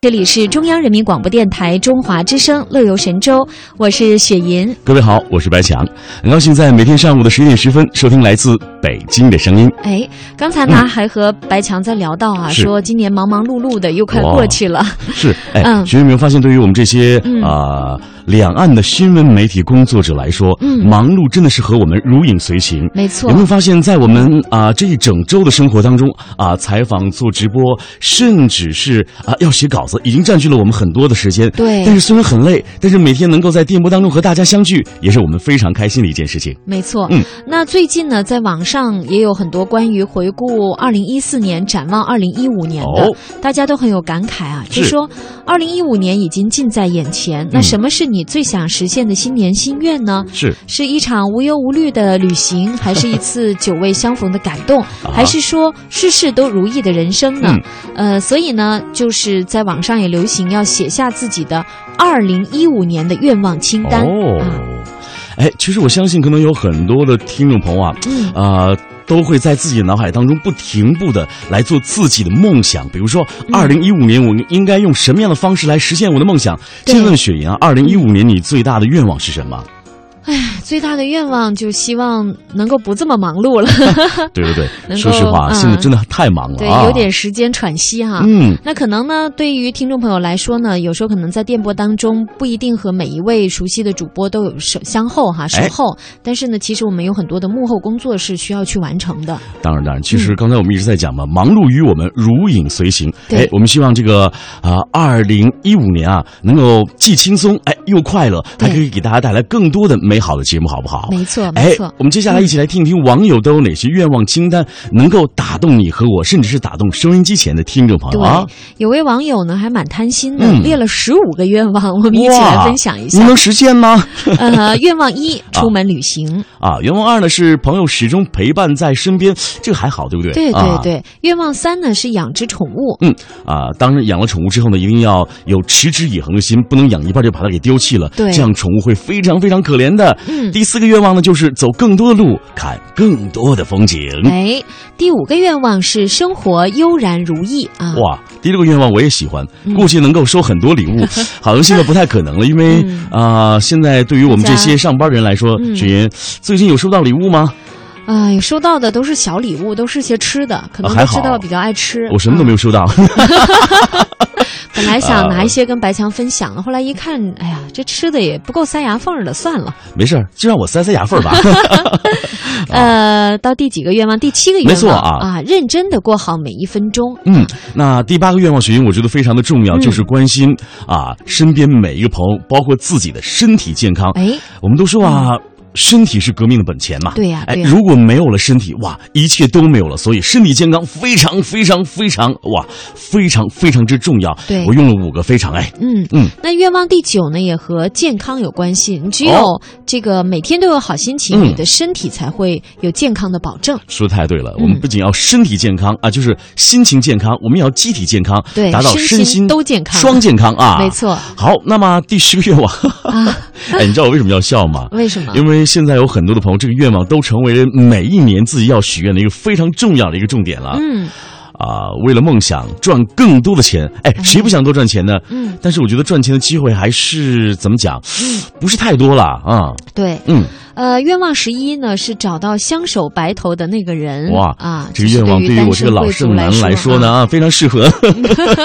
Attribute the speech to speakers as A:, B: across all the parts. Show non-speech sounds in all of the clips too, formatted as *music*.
A: 这里是中央人民广播电台中华之声《乐游神州》，我是雪莹。
B: 各位好，我是白强，很高兴在每天上午的十点十分收听来自北京的声音。
A: 哎，刚才呢、还和白强在聊到啊，
B: 嗯是
A: 说今年忙忙碌碌的又快
B: 哇
A: 过去了。
B: 是，哎，
A: 嗯
B: 学员们发现，对于我们这些啊、
A: 嗯
B: 两岸的新闻媒体工作者来说，
A: 嗯
B: 忙碌真的是和我们如影随形。
A: *laughs* 没错
B: 有没有发现，在我们啊、这一整周的生活当中啊、采访、做直播，甚至是啊、要写稿子，已经占据了我们很多的时间。
A: 对
B: 但是虽然很累，但是每天能够在电波当中和大家相聚，也是我们非常开心的一件事情。
A: 没错，
B: 嗯
A: 那最近呢，在网上也有很多关于回顾二零一四年、展望二零一五年的，
B: 哦
A: 大家都很有感慨啊，就是说二零一五年已经近在眼前，那
B: 嗯
A: 什么是你最想实现的新年心愿呢？
B: 是，
A: 是一场无忧无虑的旅行，还是一次久未相逢的感动，
B: 啊
A: 还是说事事都如意的人生呢？
B: 嗯
A: 呃，所以呢，就是在网上也流行要写下自己的二零一五年的愿望清单、
B: 哦
A: 啊。，
B: 哎，其实我相信，可能有很多的听众朋友啊，
A: 嗯
B: 啊、都会在自己的脑海当中不停步的来做自己的梦想，比如说，
A: 嗯
B: 二零一五年我应该用什么样的方式来实现我的梦想？
A: 对嗯
B: 先问雪莹啊，二零一五年你最大的愿望是什
A: *laughs*
B: 么？
A: 最大的愿望就希望能够不这么忙碌
B: *laughs*
A: 了，
B: 对对对，
A: 能
B: 说
A: 够
B: 实话，
A: 嗯
B: 现在真的太忙了
A: 对，
B: 啊，
A: 有点时间喘息哈、
B: 嗯，
A: 那可能呢，对于听众朋友来说呢，有时候可能在电波当中不一定和每一位熟悉的主播都有守相候哈、守
B: 哎
A: 候。但是呢，其实我们有很多的幕后工作是需要去完成的。
B: 当然，当然，其
A: 嗯
B: 实刚才我们一直在讲嘛，忙碌与我们如影随形。哎
A: 对
B: 我们希望这个啊，二零一五年啊，能够既轻松哎又快乐，
A: 对
B: 还可以给大家带来更多的美好的节目，好不好？
A: 没错，没
B: 哎
A: 错，。
B: 我们接下来一起来听一听网友都有哪些愿望清单，能够打动你和我，甚至是打动收音机前的听众朋友
A: 对
B: 啊！，
A: 有位网友呢还蛮贪心的，
B: 嗯
A: 列了十五个愿望，我们一起来
B: 哇
A: 分享一
B: 你 *laughs*
A: 下
B: 能。实现吗？
A: 呃，愿望一，出门旅行。
B: 啊，愿望二呢是朋友始终陪伴在身边，这个还好，对不对？
A: 对
B: 啊
A: 对对，愿望三呢是养只宠物。
B: 嗯啊，当然养了宠物之后呢，一定要有持之以恒的心，不能养一半就把它给丢弃了。
A: 对
B: 这样宠物会非常非常可怜的。
A: 嗯
B: 第四个愿望呢，就是走更多的路，看更多的风景。
A: 哎，第五个愿望是生活悠然如意啊！
B: 哇，第六个愿望我也喜欢，
A: 嗯
B: 过去能够收很多礼
A: *laughs*
B: 物，好像现在不太可能了，因为
A: 嗯
B: 啊、现在对于我们
A: 大家
B: 这些上班人来说，
A: 嗯
B: 雪莹最近有收到礼物吗？
A: 哎，收到的都是小礼物，都是些吃的，可能都
B: 啊还
A: 知
B: 好
A: 道比较爱吃。
B: 我什么都没
A: 有。
B: 有收到。 *laughs*
A: 本来想
B: 啊
A: 拿一些跟白强分享的，后来一看，哎呀，这吃的也不够塞牙缝儿的，算了。
B: 没事儿，就让我塞塞牙缝
A: *laughs*
B: 儿吧。
A: 呃，到第几个愿望？第七个愿望
B: 啊没错啊
A: 啊，认真的过好每一分钟。
B: 嗯，那第八个愿望，雪莹，我觉得非常的重要，
A: 嗯
B: 就是关心啊身边每一个朋友，包括自己的身体健康。
A: 哎，
B: 我们都说啊。身体是革命的本钱嘛，
A: 对呀
B: 哎
A: 对，呀
B: 如果没有了身体，哇，一切都没有了。所以身体健康非常非常非常哇，非常非常之重要。
A: 对
B: 我用了五个非常，哎，
A: 嗯
B: 嗯，
A: 那愿望第九呢，也和健康有关系。你只有
B: 哦
A: 这个每天都有好心情，
B: 嗯啊
A: 你的身体才会有健康的保证。
B: 说的太对了。
A: 嗯
B: 我们不仅要身体健康啊，就是心情健康，我们也要机体健康，
A: 对
B: 达到
A: 身
B: 身
A: 心
B: 心
A: 都健康
B: 双健康啊，
A: 没错
B: 好，那么第十个愿望，
A: 啊，
B: *laughs* 哎，你知道我为什么要笑吗？
A: 为什么？
B: 因为现在有很多的朋友，这个愿望都成为了每一年自己要许愿的一个非常重要的一个重点了。
A: 嗯，
B: 啊，为了梦想赚更多的钱，哎，谁不想多赚钱呢？
A: 嗯，
B: 但是我觉得赚钱的机会还是怎么讲，不是太多了啊。
A: 对，
B: 嗯，
A: 呃，愿望十一呢是找到相守白头的那个人。
B: 哇
A: 啊，
B: 这个愿望
A: 是
B: 对于我这个老
A: 单身
B: 剩
A: 贵族
B: 男来说呢，
A: 啊，
B: 啊，非常适合， *laughs*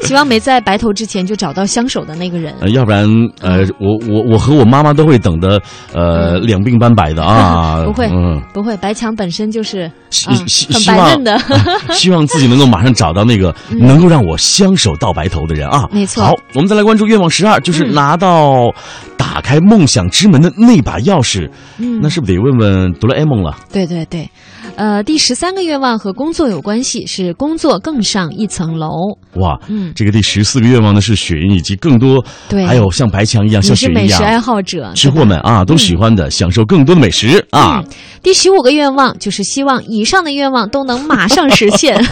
A: 希望没在白头之前就找到相守的那个人。
B: 呃要不然呃，我我我和我妈妈都会等的，呃，两鬓斑白的啊。
A: 嗯 *laughs* 不会
B: 嗯，
A: 不会，白强本身就是
B: 希
A: 啊
B: 希
A: 很
B: 希
A: 白
B: 望啊
A: 嫩
B: *laughs*
A: 的。 *laughs* 嗯
B: 希望自己能够马上找到那个能够让我相守到白头的人啊！
A: 没错嗯
B: 好，我们再来关注愿望十二，就是拿到打开梦想之门的那把钥匙。
A: 嗯
B: 那是不是得问问哆啦 A 梦了？
A: 对对对，呃，第十三个愿望和工作有关系，是工作更上一层楼。
B: 哇，
A: 嗯
B: 这个第十四个愿望呢是雪莹以及更多，
A: 对
B: 还有像白强一样，像
A: 你是
B: 雪莹
A: 美
B: 一
A: 食爱
B: 样，
A: 好者，
B: 吃货们啊都喜欢的，享受更多的美食啊，
A: 嗯，第十五个愿望就是希望以上的愿望都能马上实现，
B: *laughs*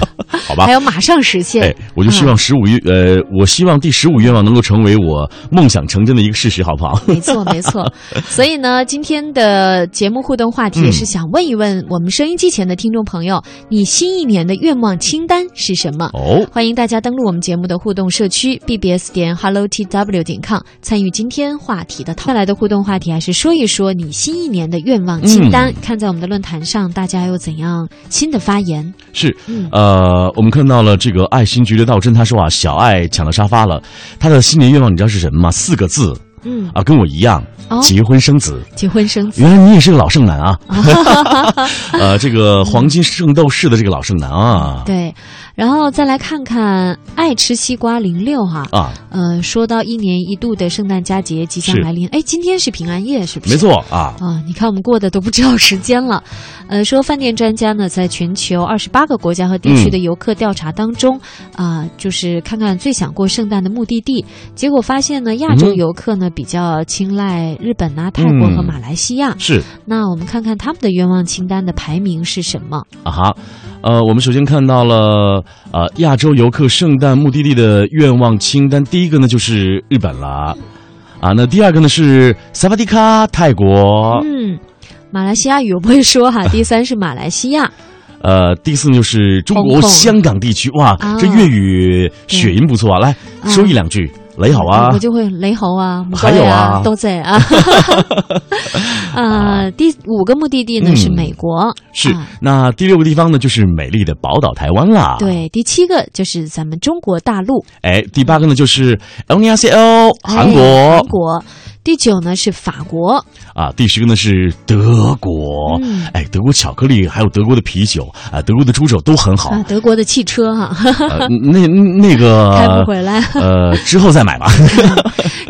B: 好
A: *laughs*
B: 吧
A: 还。有马上实现。
B: 哎，我就希
A: 嗯
B: 望十五愿，呃，我希望第十五愿望能够成为我梦想成真的一个事实，好不好？
A: *laughs* 没错，没错。所以呢，今天的节目互动话
B: 嗯
A: 题也是想问一问我们收音机前的听众朋友，你新一年的愿望清单是什么？
B: 哦，
A: 欢迎大家登录我们节目的互动社区 bbs 点 hello tw 点 com，参与今天话题的讨论。接下来的互动话题还是说一说你新一年的愿望清单，
B: 嗯
A: 看在我们的论坛上大家有怎样新的发言。
B: 是
A: 嗯，
B: 呃，我们看到了这个爱新觉罗道真，他说啊，小爱抢到沙发了，他的新年愿望你知道是什么吗？四个字
A: 嗯，
B: 啊，跟我一样，
A: 哦，
B: 结婚生子。
A: 结婚生子，
B: 原来你也是个老剩
A: *laughs*
B: 男啊， *laughs* 呃，这个黄金圣斗士的这个老剩男啊，
A: 对，然后再来看看爱吃西瓜零六哈，
B: 啊，
A: 呃，说到一年一度的圣诞佳节即将
B: 是
A: 来临，哎，今天是平安夜，是不是？
B: 没错啊，
A: 啊、你看我们过的都不知道时间了。呃，说饭店专家呢，在全球二十八个国家和地区的游客调查当中，啊、就是看看最想过圣诞的目的地，结果发现呢，亚洲
B: 嗯
A: 游客呢、比较青睐日本呐、泰国和
B: 嗯
A: 马来西亚。
B: 是
A: 那我们看看他们的愿望清单的排名是什么？
B: 啊哈，呃，我们首先看到了呃亚洲游客圣诞目的地的愿望清单，第一个呢就是日本了，啊，那第二个呢是萨瓦迪卡泰国，
A: 嗯，马来西亚语我不会说哈。第三是马来西亚，
B: 呃，第四呢就是中国
A: 红控
B: 香港地区，哇
A: 啊，
B: 这粤语雪音不错啊，来
A: 啊
B: 说一两句，雷好啊
A: 嗯我，就会雷猴啊，
B: 还有啊
A: 都在
B: *laughs*
A: 啊。呃，第五个目的地呢
B: 嗯
A: 是美国，
B: 是
A: 啊，
B: 那第六个地方呢就是美丽的宝岛台湾啦，。
A: 对，第七个就是咱们中国大陆，
B: 哎，第八个呢就是 L N C L 韩国、
A: 哎韩国。第九呢是法国，
B: 啊，第十个呢是德国、
A: 嗯
B: 哎，德国巧克力还有德国的啤酒啊，德国的猪肘都很好。
A: 啊，德国的汽车哈、
B: 呃、那那个
A: *laughs* 开不回来。
B: 呃，之后再买吧。 *laughs*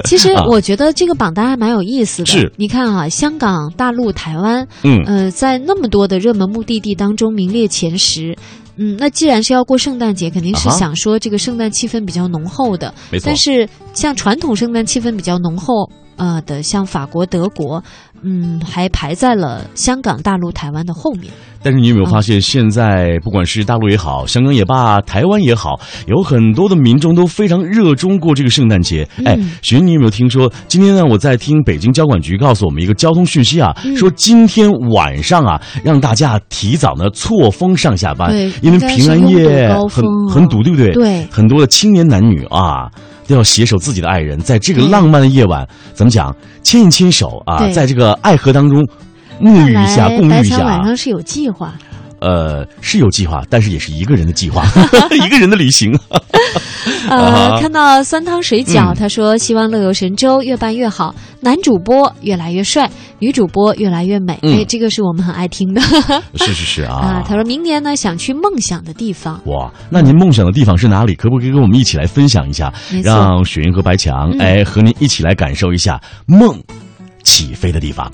A: 其实我觉得这个榜单还蛮有意思的。
B: 啊是
A: 你看啊，香港、大陆、台湾，
B: 嗯
A: 呃，在那么多的热门目的地当中名列前十。嗯，那既然是要过圣诞节，肯定是
B: 啊哈
A: 想说这个圣诞气氛比较浓厚的。
B: 没错
A: 但是像传统圣诞气氛比较浓厚呃的，像法国、德国，嗯，还排在了香港、大陆、台湾的后面。
B: 但是你有没
A: 嗯
B: 有发现，现在不管是大陆也好，香港也罢，台湾也好，有很多的民众都非常热衷过这个圣诞节。
A: 嗯
B: 哎，雪英，你有没有听说？今天呢，我在听北京交管局告诉我们一个交通讯息啊，
A: 嗯
B: 说今天晚上啊，让大家提早呢错峰上下班
A: 对，
B: 因为
A: 应该
B: 平
A: 是
B: 安
A: 拥堵
B: 夜
A: 高
B: 很
A: 峰啊
B: 很堵，对不对？
A: 对
B: 很多的青年男女啊。都要携手自己的爱人，在这个
A: 对
B: 浪漫的夜晚，怎么讲？牵一牵手啊，
A: 对
B: 在这个爱河当中沐浴一下，
A: 看来
B: 共浴
A: 白
B: 一
A: 墙
B: 下啊。
A: 晚上是有计划。
B: 呃，是有计划，但是也是一个人的
A: *laughs*
B: 计划，一个人的旅行。
A: 呃，看到酸汤水
B: 嗯
A: 饺，他说希望乐游神州越办越好，男主播越来越帅，女主播越来越美。
B: 嗯
A: 哎，这个是我们很爱听的
B: *laughs* 是是是啊
A: 啊。。他说明年呢，想去梦想的地方。
B: 哇，那您梦想的地方是哪里？可不可以跟我们一起来分享一下
A: 没，错
B: 让雪云和白强、
A: 嗯
B: 哎和您一起来感受一下梦起飞的地方？